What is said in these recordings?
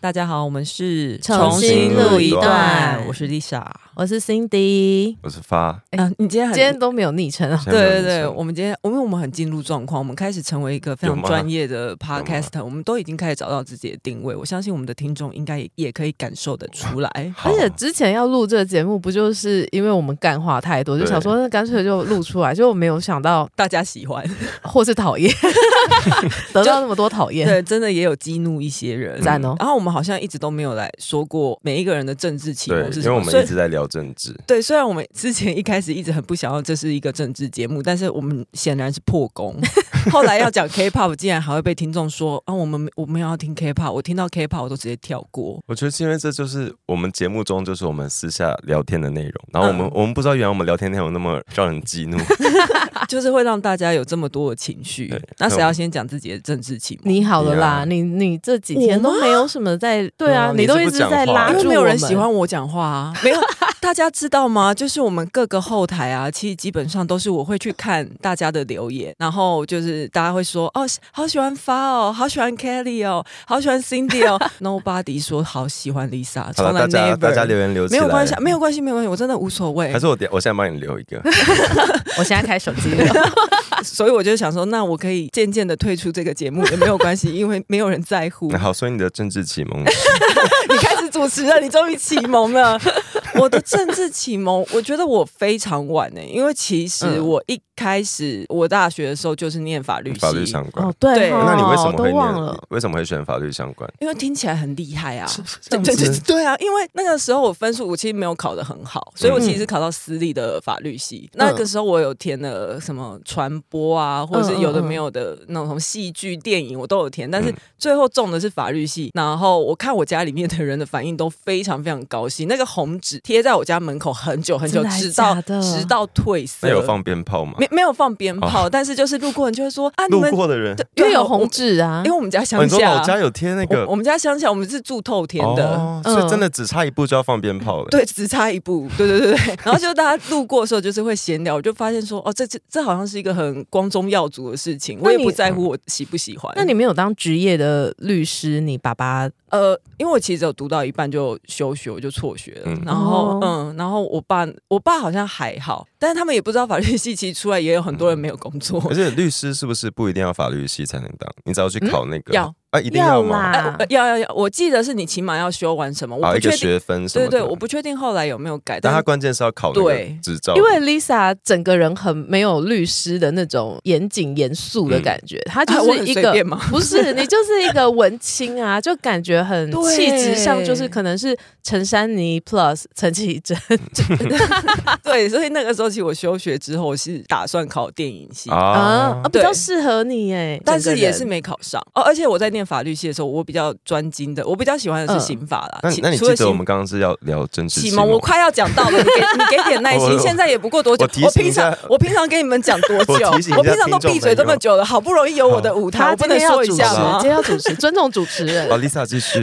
大家好，我们是重新录一段我是 Lisa。我是 Cindy，我是发，嗯、你今天很今天都没有昵称啊，现对在对没有对，人我们今天因为我们很进入状况，我们开始成为一个非有常吗专业的 podcaster，我们都已经开始找到自己的定位。我相信我们的听众应该也也可以感受得出 来。好啊而且之前要录这个节目，不就是因为我们干话太多，就对想说那干脆就录出来，就没有想到大家喜欢，或是讨厌， 得到那么多讨厌，对，真的也有激怒一些人。赞哦！然后我们好像一直都没有来说过每一个人的政治启对蒙，是因什为我么，们所以一直在聊政治，对，虽然我们之前一开始一直很不想要这是一个政治节目，但是我们显然是破功。后来要讲 K-pop，竟然还会被听众说啊，我们我们要听 K-pop，我听到 K-pop 我都直接跳过。 我觉得是因为这就是我们节目中就是我们私下聊天的内容，然后我们、嗯我们不知道原来我们聊天内容那么让人激怒，就是会让大家有这么多的情绪对。那谁要先讲自己的政治启蒙？你好了啦，呀你你这几天我都吗没有什么在，对嗯对啊啊，你都你一是直不讲在话拉因住为我没有人们喜欢我讲话 啊，没有。大家知道吗？就是我们各个后台啊，其实基本上都是我会去看大家的留言，然后就是大家会说哦，好喜欢发哦，好喜欢 Kelly 哦，好喜欢 Cindy 哦。Nobody 说好喜欢 Lisa，好从了，来大家 never。大家留言留起没来，有关系，没有关系，没有关系，我真的无所谓还。是我点我现在帮你留一 个，我现在开手机了，所以我就想说，那我可以渐渐的退出这个节目也没有关系，因为没有人在乎。好，所以你的政治启蒙， 你开始主持了，你终于启蒙了。我的政治启蒙，我觉得我非常晚呢、因为其实嗯我一开始我大学的时候就是念法律系，法律相 关。哦对对哦，那你为什么都会忘了念？？为什么会选法律相关？因为听起来很厉害啊。对这样对对子对啊！因为那个时候我分数我其实没有考得很好，所以我其实考到私立的法律系。那个时候我有填了什么传播啊，或者是有的没有的那种什么戏剧、电影，我都有填，但是嗯最后中的是法律系。然后我看我家里面的人的反应都非常非常高兴，那个红纸贴在我家门口很久很久，真的还直到假的直到褪色。那有放鞭炮吗？没没有放鞭炮，但是就是路过人就会说啊，你路们过的人，对因为有我红纸啊因为，我们家哦，乡你说下老。家有贴那个我我们家乡下，我们是住透天的，哦，嗯所以真的只差一步就要放鞭炮了。对，只差一步，对对对对。 然后就大家路过的时候，就是会闲聊，我就发现说，哦，这这这好像是一个很光宗耀祖的事情，我那也你不在乎我喜不喜欢。那你没有当职业的律师，你爸爸呃，因为我其实有读到一半就休学，我就辍学了。嗯然后哦嗯，然后我爸我爸好像还好，但是他们也不知道法律系其实出来也有很多嗯人没有工作。而且律师是不是不一定要法律系才能当？你只要去考那个、嗯要啊，一定要吗？哎啦我要要要，我记得是你起码要修完什么，我考不一确个定。学分什对么的。对，我不确定后来有没有改，但但他是关键是要考那个对执照，因为 Lisa 整个人很没有律师的那种严谨严肃的感觉，她啊就我是很一随 个、便吗不是你就是一个文青啊，就感觉很对气质上就是可能是陈珊妮 plus 陈绮贞，对，所以那个时候其实我休学之后是打算考电影系。啊嗯啊，哦啊比较适合你哎，但是也是整个人没考上哦。而且我在念法律系的时候，我比较专精的，我比较喜欢的是嗯刑法啦。那你其那你除了记得我刑们刚刚是要聊政治启蒙，我快要讲到了，你给你给点耐 我心，我现在也不过多久。我提醒我平一常下我平常跟你们讲多久？ 我提醒一下我平常都听众闭嘴这朋么友嗯久了，好不容易有我的舞台，她我不今能天要说啊主一持，下吗 今？天要主持，尊重主持人好。，Lisa 哦继续。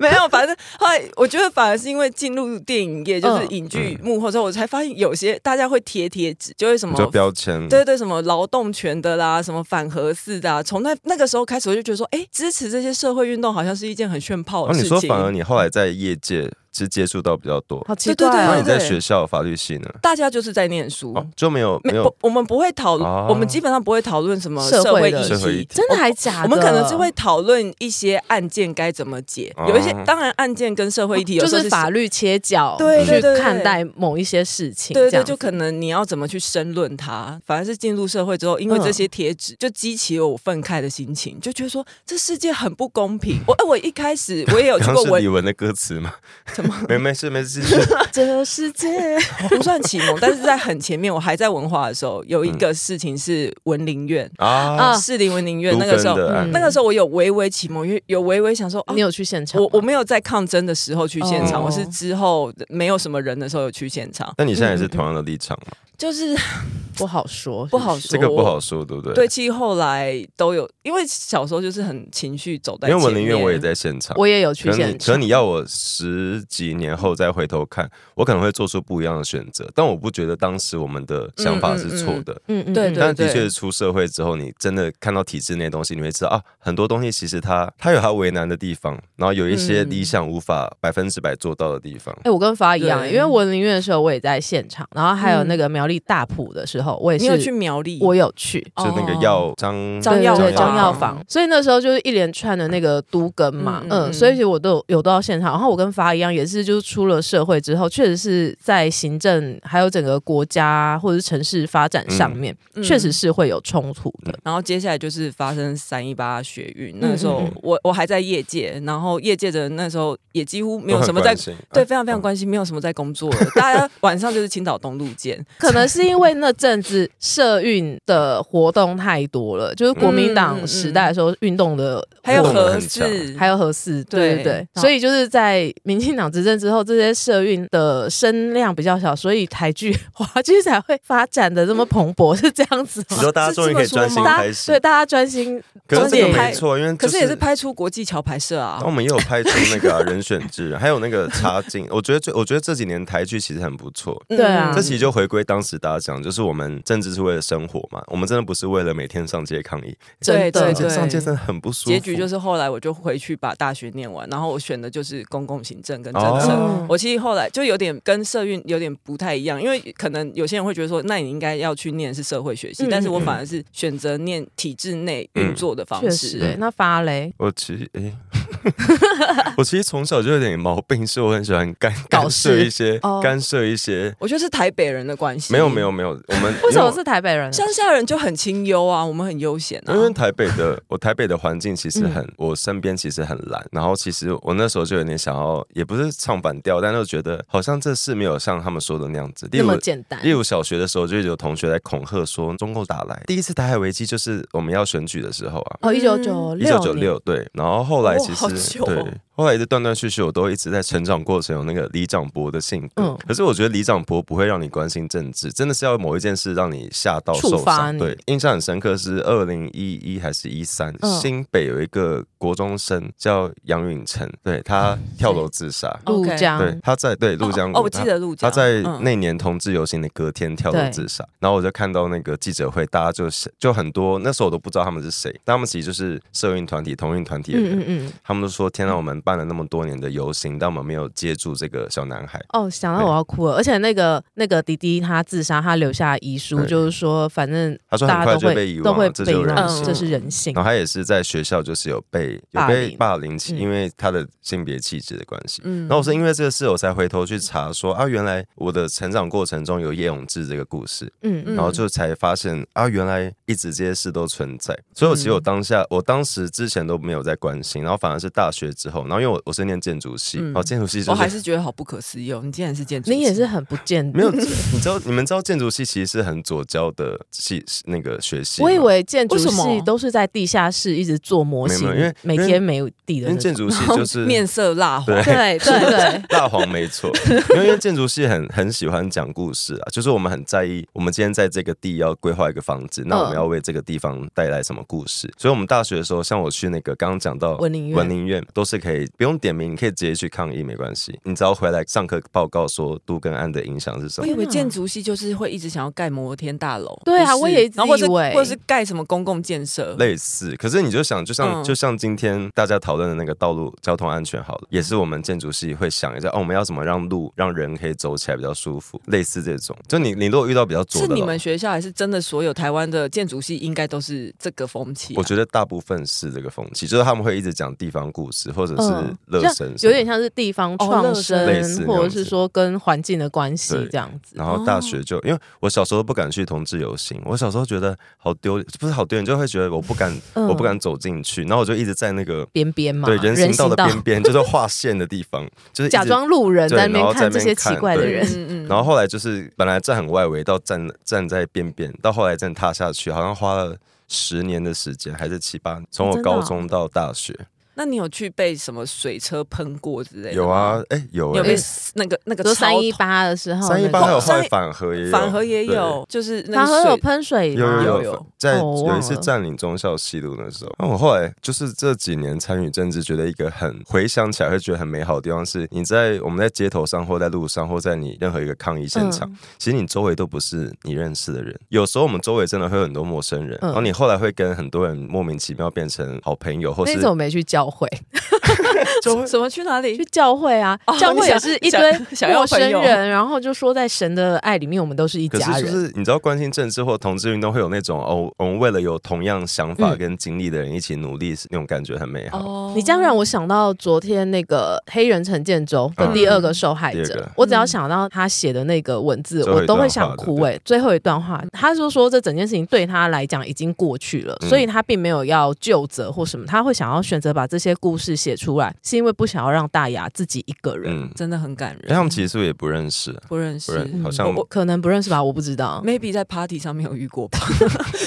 没有，反正后来我觉得反而是因为进入电影业，就是嗯影剧幕后之后，我才发现有些大家会贴贴纸，就会什你么说标签，对对，什么劳动权的啦，什么反核四的啊，从那那个时候开始，我就觉得说，哎，支持这些社会运动好像是一件很炫炮然后的哦你事说情。反而你后来在业界是接触到比较多，好奇怪、对对那哦你在学校法律系呢？大家就是在念书，哦，就没有没没有不，我们不会讨论，哦我们基本上不会讨论什么社社会会的议社会题议。真的还假的？我们可能是会讨论一些案件该怎么解，有一些哦当然案件跟社会议题有就时候是法律切角对去对对对看待某一些事情，对这对，样就子可能你要怎么去申论它，反而是进入社会之后，因为嗯这些贴纸就激起了我愤慨的心情，就觉得说这世界很不公平。我哎我一开始我也有去刚 过刚是文李玟的歌词吗？ 什么，没没事没事，继 续这世界不算启蒙，但是在很前面，我还在文化的时候，有一个事情是文林院，啊，士林文林院都那个时候，的啊案嗯那个时候我有微微启蒙，因为有微微想说，哦 你，有去现场吗？我我没有在抗争的时候去现场，哦我是之后没有什么人的时候有去现场，嗯那你现在也是同样的立场吗？就是不好说，不好是是这个不好说，对不对？对，，其实后来都有，因为小时候就是很情绪走在因为前面。我宁愿我也在现场。我也有去可能你现可能场，你要我十几年后再回头看，我可能会做出不一样的选择，但我不觉得当时我们的想法是错的。嗯嗯，对嗯对但的确，出社会之后，你真的看到体制内的东西，你会知道啊，很多东西其实它它有它为难的地方，然后有一些嗯理想无法百分之百做到的地方。哎、我跟ฟ้า一样，对因为文林院的时候我也在现场，然后还有嗯那个苗栗大埔的时候，我也你是，有去苗栗，我有去。就那个哦药张张对药对对房张药房，所以那时候就是一连串的那个都跟嘛，嗯嗯，嗯嗯所以其实我都有有到现场。然后我跟ฟ้า一样，也是就是出了社会之后，确实是在行政还有整个国家或者是城市发展上面，嗯确、实是会有冲突的。然后接下来就是发生三一八学运，嗯那时候嗯我我还在业界，然后业界的人那时候也几乎没有什么在都很关。心对，啊非常非常关心，没有什么在工作了，大家晚上就是青岛东路见。可能是因为那阵子社运的活动太多了，就是国民嗯嗯党嗯时代的时候运动的还有我们何很强事，还有合四，对对对对，好所以就是在民进党执政之后，这些社运的声量比较小，所以台剧、华剧才会发展的这么蓬勃，是这样子你吗？说大家是终于这么可以专说心吗大开家始对，大家专心，可是中这间个拍没错，因为可就是哦也是拍出国际桥牌社啊那。我们也有拍出那个啊、人选之 人，还有那个插镜。我觉得最，我觉得这几年台剧其实很不错。嗯对啊这其实就回归当时大家讲，就是我们政治是为了生活嘛，我们真的不是为了每天上街抗议，对真的对对上街真的很不舒服。结局就是后来我就回去把大学念完，然后我选的就是公共行政跟政哦策。哦我其实后来就有点跟社运有点不太一样，因为可能有些人会觉得说，那你应该要去念是社会学系，嗯但是我反而是选择念体制内嗯运作的方确式。实、欸那发雷我其实，诶 我其实从小就有点毛病，是我很喜欢 干搞干事涉一些、哦干涉一些。我觉得是台北人的关系。没有没有，没有，我们为什因么我是台北人？乡下人就很清幽啊，我们很悠闲啊因。为台北的我台北的环境其嗯实很，我身边其实很蓝，然后其实我那时候就有点想要，也不是唱反调，但就觉得好像这事没有像他们说的那样子。例那如么，简单例？如小学的时候就有同学来恐吓说中共打来，第一次台海危机就是我们要选举的时候啊。哦，一九九一六，九九六对，然后后来哇其好实、久哦对，后来就断断续续，我都一直在成长过程有那个李长博的性格，嗯可是我觉得李长博不会让你关心政治，真的是要某一件事让你吓到触受发伤。你对，印象很深刻是二零一一还是一三、嗯新北有一个国中生叫杨允成，对他跳楼自杀，陆 OK 江，对，他在对陆江路，哦，我记得陆他家在嗯那年同志游行的隔天跳楼自杀，然后我就看到那个记者会，大家就是就很多，那时候我都不知道他们是谁，但他们其实就是社运团体、同运团体的嗯人，嗯嗯，他们都说：“天哪，我们办了那么多年的游行，但我们没有接住这个小男孩。哦，想到我要哭了，而且那个那个弟弟他自杀，他留下遗书，对就是说，反正”他说：“很大家快都就会被遗都忘会了，被这就遗是人忘性。嗯这是人性然。后他也是在学校就是有被有霸被凌霸凌起，嗯因为他的性别气质的关系。嗯然后我是因为这个事，我才回头去查说啊，原来我的成长过程中有叶永志这个故事。嗯嗯然后就才发现啊，原来一直这些事都存在。所以我其实嗯我当下，我当时之前都没有在关心，然后反而是大学之后，然后因为我我是念建筑系，嗯然后建筑系就我还是。是觉得好不可思议哦，你竟然是建筑师，你也是很不见没有，底你知道你们知道建筑系其实是很左交的系那个学系吗，我以为建筑为什系么都是在地下室一直做模型，没有没有因为每天没有地因的为那种建筑系就 是面色蜡黄对。对对 对，大黄没错，因为因为建筑系很很喜欢讲故事啊，就是我们很在意，我们今天在这个地要规划一个房子，那我嗯们要为这个地方带来什么故事？所以我们大学的时候，像我去那个刚刚讲到文林院文林院都是可以不用点名，你可以直接去抗议，没关系，你只要回来上课报告说都跟安的影响是什我么以。为建筑系就是会一直想要盖摩天大楼，啊对啊不是我也一直然后或是以为或者是盖什么公共建设，类似，可是你就想，就像、嗯就像今天大家讨论的那个道路交通安全好了，也是我们建筑系会想一下，哦，我们要怎么让路让人可以走起来比较舒服，类似这种。就你你如果遇到比较左是的你老们学校还是真的所有台湾的建筑系应该都是这个风气、啊？我觉得大部分是这个风气，就是他们会一直讲地方故事，或者是嗯乐像声、有点。像是地方创哦类似生，那样子或者是说跟环境的关系这样子。然后大学哦就、因为我小时候不敢去同志游行，我小时候觉得好丢脸，不是好丢脸，就会觉得我不敢，嗯我不敢走进去。然后我就一直在那个边边嘛，对人行行道的边边，就是画线的地 方，就是一直假。装路人对在那然边后在看那这边些奇怪的看对人。嗯然后后来就是本来站很外围，到站站在边边，到后来真的踏下去，好像花了十年的时间，还是七八年，从我真的哦高中到大学。那你有去被什么水车喷过之类的？有，啊，哎有有哎、被那个那个说超三一八的时候，三一八那还个有三换反核也有，反核也对有，就是那反个而有水喷水有吗？有有有有，在哦我有一次忘了占领中校西路那时候，那我后来就是这几年参与政治，觉得一个很回想起来会觉得很美好的地方是，你在我们在街头上或在路上或在你任何一个抗议嗯现场，其实你周围都不是你认识的人，有时候我们周围真的会有很多陌生人，嗯然后你后来会跟很多人莫名其妙变成好朋友，或那是你怎么没去教会？就会什么去哪里去？教会啊哦，教会也你想是一堆想想要陌生朋友人，然后就说在神的爱里面，我们都是一可家是就人。是你知道，关心政治或同志运动会有那种哦，我们为了有同样想法嗯跟经历的人一起努力，是那种感觉很美好。哦你这样让我想到昨天那个黑人陈建州的第二个受害嗯第二者，个我只要想到他写的那个文字，最后一我都会想段话哭诶、最后一段话，他就说这整件事情对他来讲已经过去了，嗯所以他并没有要就责或什么，他会想要选择把这些故事写出来，是因为不想要让大牙自己一个人。嗯，真的很感人因为。他们其实是不是也不认识，不认识不认，嗯好我像我可能不认识吧，我不知 道， maybe 在 party 上面有遇过吧，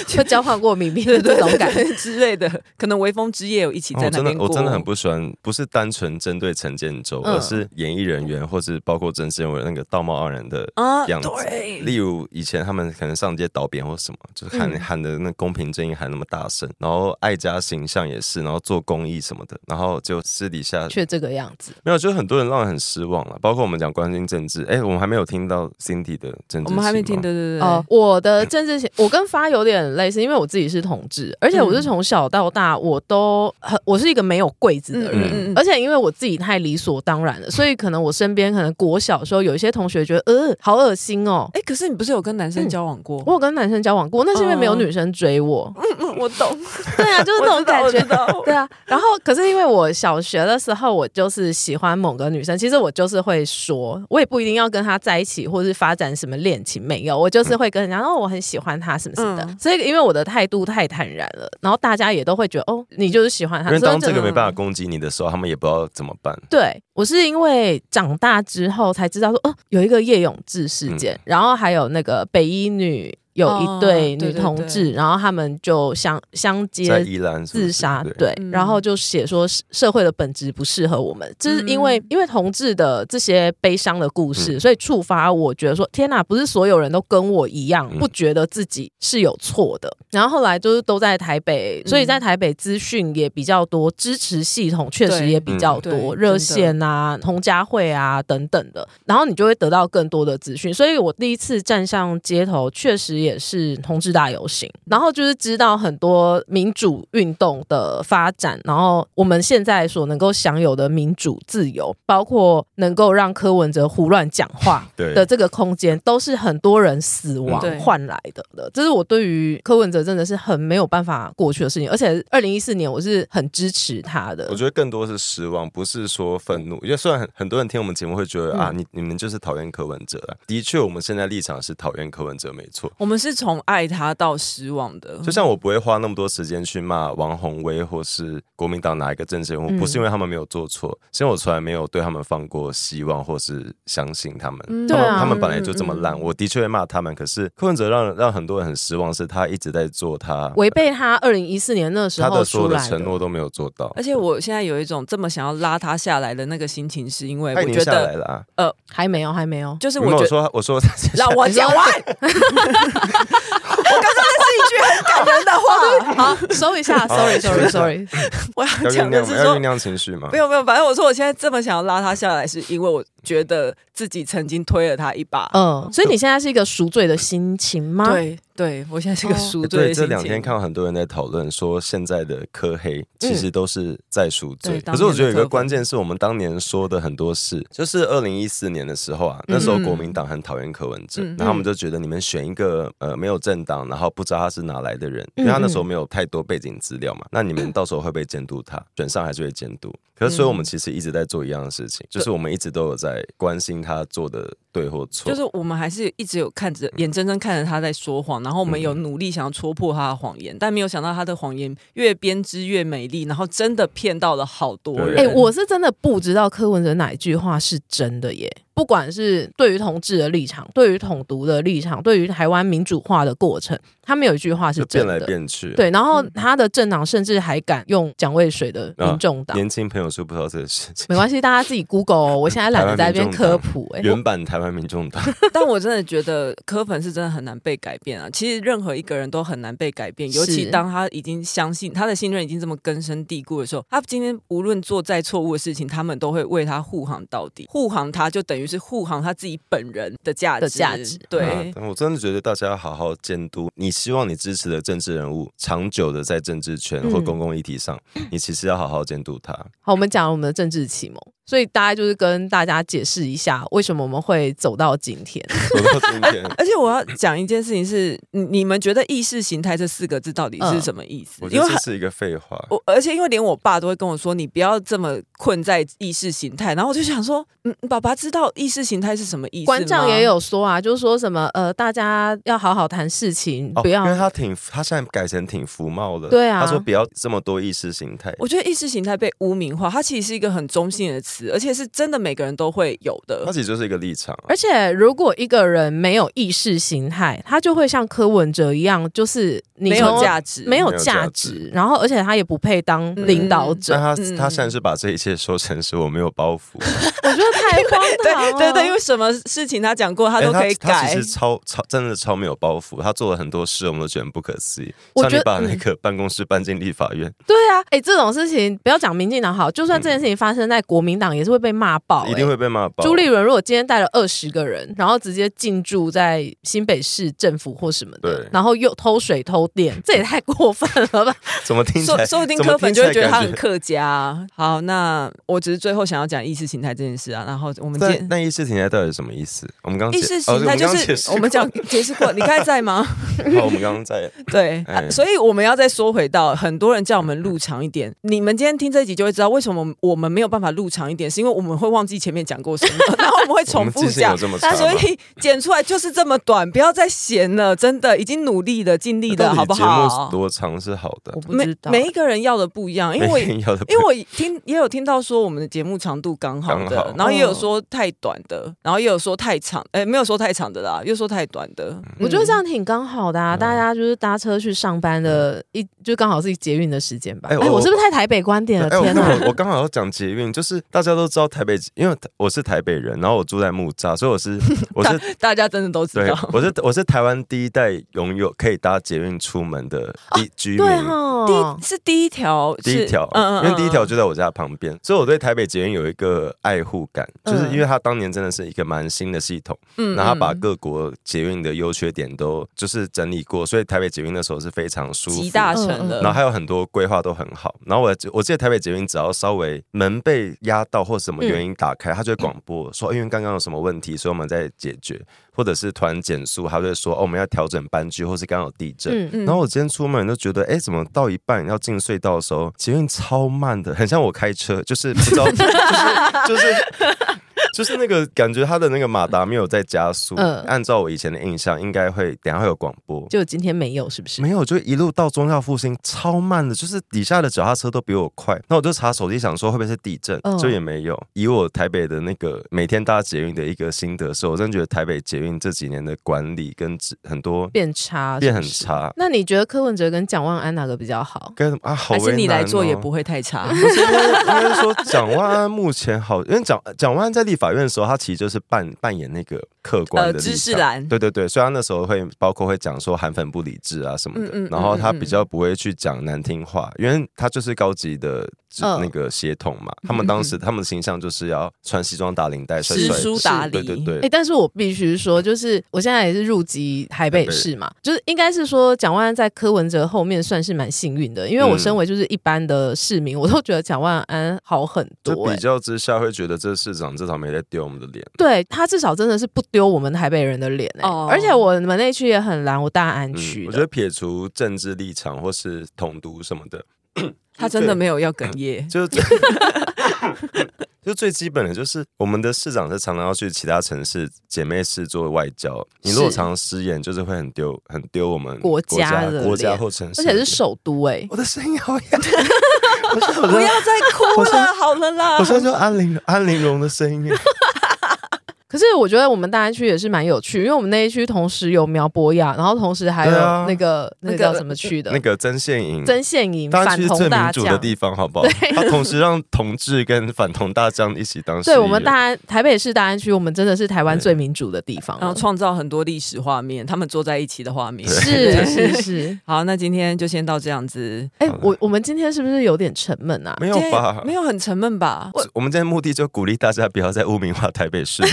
就交换过名片的这种感觉。 觉之类的，可能微风之夜有一起哦在我那真的边过。我真的很不喜欢，不是单纯针对陈建州，嗯而是演艺人员或是包括政治人物那个道貌岸然的。啊，样子对，例如以前他们可能上街倒扁或什么，就是喊、嗯喊的那公平正义喊那么大声，然后爱家形象也是，然后做公益什么的，然后就私底下却这个样子，没有，就是很多人让人很失望了。包括我们讲关心政治，哎，我们还没有听到 Cindy 的政治，我们还没听，。对对对，哦，，我的政治倾， 我跟发有点类似，因为我自己是同志，而且我是从小到大我都很，我是一个没有柜子的人。嗯嗯嗯而且因为我自己太理所当然了，所以可能我身边可能国小的时候有一些同学觉得，呃，好恶心哦。哎，可是你不是有跟男生交往过？我有跟男生交往过，那是因为没有女生追我。嗯我懂，哦对啊，就是 那种感我觉知。道。对啊，然后可是因为我小学的时候，我就是喜欢某个女生，其实我就是会说，我也不一定要跟她在一起，或是发展什么恋情，没有，我就是会跟人家哦，我很喜欢她什么什么的。嗯所以因为我的态度太坦然了，然后大家也都会觉得哦，你就是喜欢她，因为所以当这个就没办法攻击你的时候，他们也不知道怎么办。对我是因为长大之后才知道说，哦，有一个叶永志事件，然后还有那个北一女有一对嗯哦对女同志，然后他们就相相接在宜兰是不是自杀，对，嗯然后就写说社社会的本质不适合我们，就是因为、嗯因为同志的这些悲伤的故事，嗯所以触发我觉得说天哪，不是所有人都跟我一样，嗯不觉得自己是有错的。然后后来就是都在台北，嗯所以在台北资讯也比较多，支持系统确实也比较对嗯多，对热线啊、同家会啊等等的，然后你就会得到更多的资讯。所以我第一次站上街头，确实也是同志大游行，然后就是知道很多民主运动的发展，然后我们现在所能够享有的民主自由，包括能够让柯文哲胡乱讲话，对的这个空间，都是很多人死亡嗯换来的的。这是我对于柯文哲真的是很没有办法过去的事情，而且二零一四年我是很支持他的我。觉得更多是失望，不是说愤怒。因为虽然很很多人听我们节目会觉得、啊，嗯你你们就是讨厌柯文哲、啊，的确，我们现在立场是讨厌柯文哲，没错。我们是从爱他到失望的，啊就像我不会花那么多时间去骂王宏威或是国民党哪一个政治人物，嗯不是因为他们没有做错，是因为我从来没有对他们放过希望或是相信他们。嗯他对们、啊他们本来就这么嗯嗯烂，我的确会骂他们。可是柯文哲让让很多人很失望，是他一直在做 他违背他二零一四年那时他候的所出有的来承诺都没有做到，而且我现在有一种这么想要拉他下来的那个心情，是因为他已呃我经觉下来得，了、啊。还没有，还没有。就是没我有觉我得。说我说让我讲完。我 刚刚那是一句很感人的话， 好，收一下，sorry，sorry，sorry。我 要要酝讲的酿吗，是要酝说，酿情绪吗？没有没有，反正我说我现在这么想要拉他下来，是因为我觉得自己曾经推了他一把。嗯，所以你现在是一个赎罪的心情吗？，对对，我现在是个哦赎欸罪的对，心这情。嗯两天看到很多人在讨论说，现在的科黑其实都是在赎罪。对当可是我觉得有年一的个特关键是我们当年说的很多事，就是二零一四年的时候啊，那时候国民党很讨厌柯文哲，嗯然后他们就觉得你们选一个呃没有政党，然后不知道他是哪来的人，因为他那嗯时候没有太多背景资料嘛，那你们到时候会不会监督他？选上还是会监督？可是，所以我嗯们其实一直在做一样的事情，就是我们一直都有在关心他做的对或错。嗯就是我们还是一直有看着，眼睁睁看着他在说谎，然后我们有努力想要戳破他的谎言，但没有想到他的谎言越编织越美丽，然后真的骗到了好多人。对哎哎，我是真的不知道柯文哲哪一句话是真的耶。不管是对于同志的立场，对于统独的立场，对于台湾民主化的过程，他们有一句话是就真变的来，变去。，啊对。然后嗯他的政党甚至还敢用蒋渭水的民众党，年轻朋友说不知道这个事情没。关系，大家自己 Google 哦、我现在懒得在那边台湾科民众党普、哎，原版台湾民众党，啊但我真的觉得柯粉是真的很难被改变啊。其实任何一个人都很难被改变，是尤其当他已经相信他的信任已经这么根深蒂固的时候，他今天无论做再错误的事情，他们都会为他护航到底。护航他就等于是护航他自己本人的价值。的价值对啊，但我真的觉得大家要好好监督，你希望你支持的政治人物长久的在政治圈或嗯公共议题上，你其实要好好监督他。 好，我们讲我们的政治启蒙，所以大概就是跟大家解释一下为什么我们会走到今 天。走到今天，而且我要讲一件事情是，你你们觉得意识形态这四个字到底是嗯什么意思？我觉因得为这很是一个废话。 我而且因为连我爸都会跟我说，你不要这么困在意识形态。然后我就想说，嗯，爸爸知道意识形态是什么意思吗？馆长也有说啊，就是说什么呃，大家要好好谈事情，哦不要因为他挺，他现在改成挺服贸的。对啊他说不要这么多意识形态。我觉得意识形态被污名化，它其实是一个很中性的词，而且是真的每个人都会有他的。其实就是一个立场啊、而且，如果一个人没有意识形态，他就会像柯文哲一样，就是你没有从价值，没有没有价价值值，然后而且他也不配当领导者，但他、嗯他现在是把这一切说成是我没有包袱，我觉得 太对荒唐了。嗯对对，因为什么事情他讲过，他都可以哎他改其。实超超真的超没有包袱，他做了很多事，我们都觉得很不可思议。我像觉你得把嗯那个办公室搬进立法院，对啊，哎，这种事情不要讲民进党好，就算这件事情发生在国民党，也是会被骂爆、嗯一定哎会被骂爆。朱立伦如果今天带了二十个人，然后直接进驻在新北市政府或什么的对，然后又偷水偷电，这也太过分了 吧？怎么听起说来？说不定怎么柯粉听起就来会觉得他很感觉客家啊、好，那我只是最后想要讲意识形态这件事啊。然后我们今 但天那意识形态到底是什么意思？我们刚刚意解识形态哦就我们刚刚解是释我们 讲解释过，你刚才在吗？过，好我们刚刚 在对、啊哎所以我们要再说回到很多人叫我们录长一点，你们今天听这一集就会知道为什么我们没有办法录长一点，是因为我们会忘记前面讲过什么， 然后我们会我重们复记性有讲。这么差那吗？所以剪出来就是这么短，不要再闲了，真的已经努力了、尽力到了，底好不节目好？多长是好的我？不每知道，每一个人要的不一样，因为我每个人要的不因为我听也有听到说我们的节目长度刚好的，刚好哦然后也有说太短的，然后也有说太长，哎、没有说太长的啦，又说太短的。我觉嗯得这样挺刚好的啊，嗯大家就是搭车去上班的一，就刚好是捷运的时间吧。哎，哎我我是不是太台北观点了？哎，我天哪！我我刚好要讲捷运，就是大家都知道台北，因为我是台北人，然后我住在木栅，所以 我是我是大家真的都知对道。，我是我是台湾第一代拥有可以搭捷运出门的第居民。对哈，第一是第一条哦是，嗯第一条，因为第一条就在我家旁边，所以我对台北捷运有一个爱护感，就是因为它当年真的是一个蛮新的系统，嗯然后它把各国捷运的优缺点都就是整理过，所以台北捷运那时候是非常舒服集大成嗯嗯了，然后还有很多规划都很好。然后我我记得台北捷运只要稍微门被压到或什么嗯原因打开，它就会广播说，哦因为刚刚有什么问题，所以我们在解决，或者是团减速，它就会说哦，我们要调整班距，或是刚刚有地震。嗯，嗯然后我今天出门就觉得，哎，怎么到一半要进隧道的时候，捷运超慢的，很像我开车，就是不 知道，就是就是就是那个感觉，它的那个马达没有在加速。嗯按照我以前的印象，应该会等一下会有广播，就今天没有，是不是？没有，就一路到中校复兴超慢的，就是底下的脚踏车都比我快。那我就查手机想说会不会是地震，嗯就也没有。以我台北的那个每天搭捷运的一个心得是，我真的觉得台北捷运这几年的管理跟质很多变差，变很是不是。差。那你觉得柯文哲跟蒋万安哪个比较好？跟啊，好还是你为难来做哦也不会太 差。不是，因为应该是说蒋万安目前好，因为蒋蒋万安在立法院的时候，他其实就是扮扮演那个客观的呃立知识场栏对对对，所以他那时候会包括会讲说韩粉不理智啊什么的，嗯嗯然后他嗯嗯比较不会去讲难听话，因为他就是高级的指、嗯那个血统嘛，嗯他们当时他们的形象就是要穿西装打领带，帅知帅书的达对理，对对哎、。但是我必须说，就是我现在也是入籍台北市嘛，就是应该是说蒋万安在柯文哲后面算是蛮幸运的，因为我身为就是一般的市民，我都觉得蒋万安好很就多、比哎，较之下，会觉得这市长至少没在丢我们的脸。对他至少真的是不丢我们台北人的脸、哎、哦而且我们那区也很蓝，我大安区、嗯，的。我觉得撇除政治立场或是统独什么的，他真的没有要哽咽，就是 就最基本的，就是我们的市长是常常要去其他城市姐妹市做外交。你如果是常常失言，就是会很丢很丢我们国国家家的国家脸或城市而的且脸，是首都哎、我的声音好哑， 我现在我不要在再哭我现了，在好了啦我。现在就安陵安陵容的声音耶。可是我觉得我们大安区也是蛮有趣，因为我们那一区同时有苗博雅，然后同时还有对啊那个、那那个个叫什么区的那个曾宪颖，曾宪颖大家反其实同最大民主的将。地方，好不好？他同时让同志跟反同大将一起当市议对员。我们大安台北市大安区，我们真的是台湾最民主的地方然后了。创造很多历史画面，他们坐在一起的画面。 是是 是，好，那今天就先到这样子，哎、好的我我们今天是不是有点沉闷啊？没有吧今天？没有很沉闷吧？我我们今天目的就鼓励大家不要再污名化台北市民，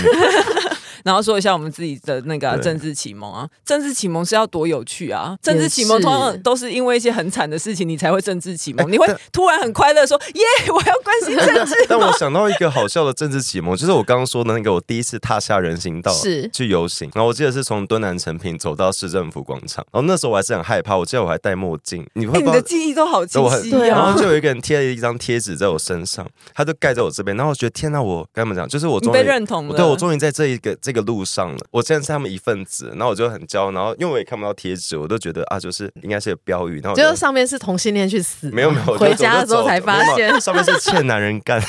然后说一下我们自己的那个啊对政治启蒙啊，政治启蒙是要多有趣啊！也政治启蒙是通常都是因为一些很惨的事情，你才会政治启蒙，哎你会但突然很快乐说耶， 我要关心政治。但我想到一个好笑的政治启蒙，就是我刚刚说的那个，我第一次踏下人行道是去游行，然后我记得是从敦南成品走到市政府广场，然后那时候我还是很害怕，我 记得我还戴墨镜，你哎会你不知的道。记忆都好清对我很晰对然啊啊后！就有一个人贴了一张贴纸在我身上，他就盖在我这边，然后我觉得天哪，我跟他们讲，就是我你终于被认同了，对我终于在这一个这个路上了，我现在是他们一份子，然后我就很骄傲，然后因为我也看不到贴纸，我都觉得啊，就是应该是有标语，然后我就就是上面是同性恋去死，没 有没有，我就回家的时候我就走才发没有现没有上面是欠男人干，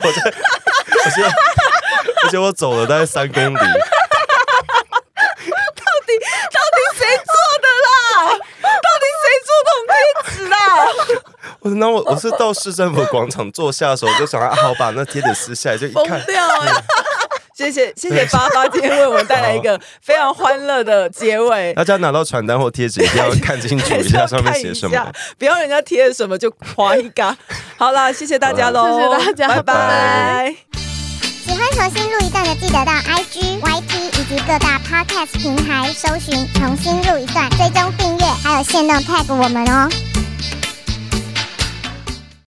我在，我觉得，而且我走了大概三公里，谁做的啦？ 到底谁做这种贴纸啦？我然后我我是到市政府广场坐下的时候，我就想啊，好把那贴纸撕下来，就一疯 看，嗯掉哎、欸 谢谢谢谢八八今天为我们带来一个非常欢乐的结尾。大家拿到传单或贴纸一定要看清楚还一是要下上面看写一什下么。，不要人家贴什么就划一嘎。好啦，谢谢大家喽，好啦谢谢大家拜拜拜。喜欢重新录一段的，记得到 IG、YT 以及各大 Podcast 平台搜寻“重新录一段”，追踪订阅，还有限定 tag 我们哦。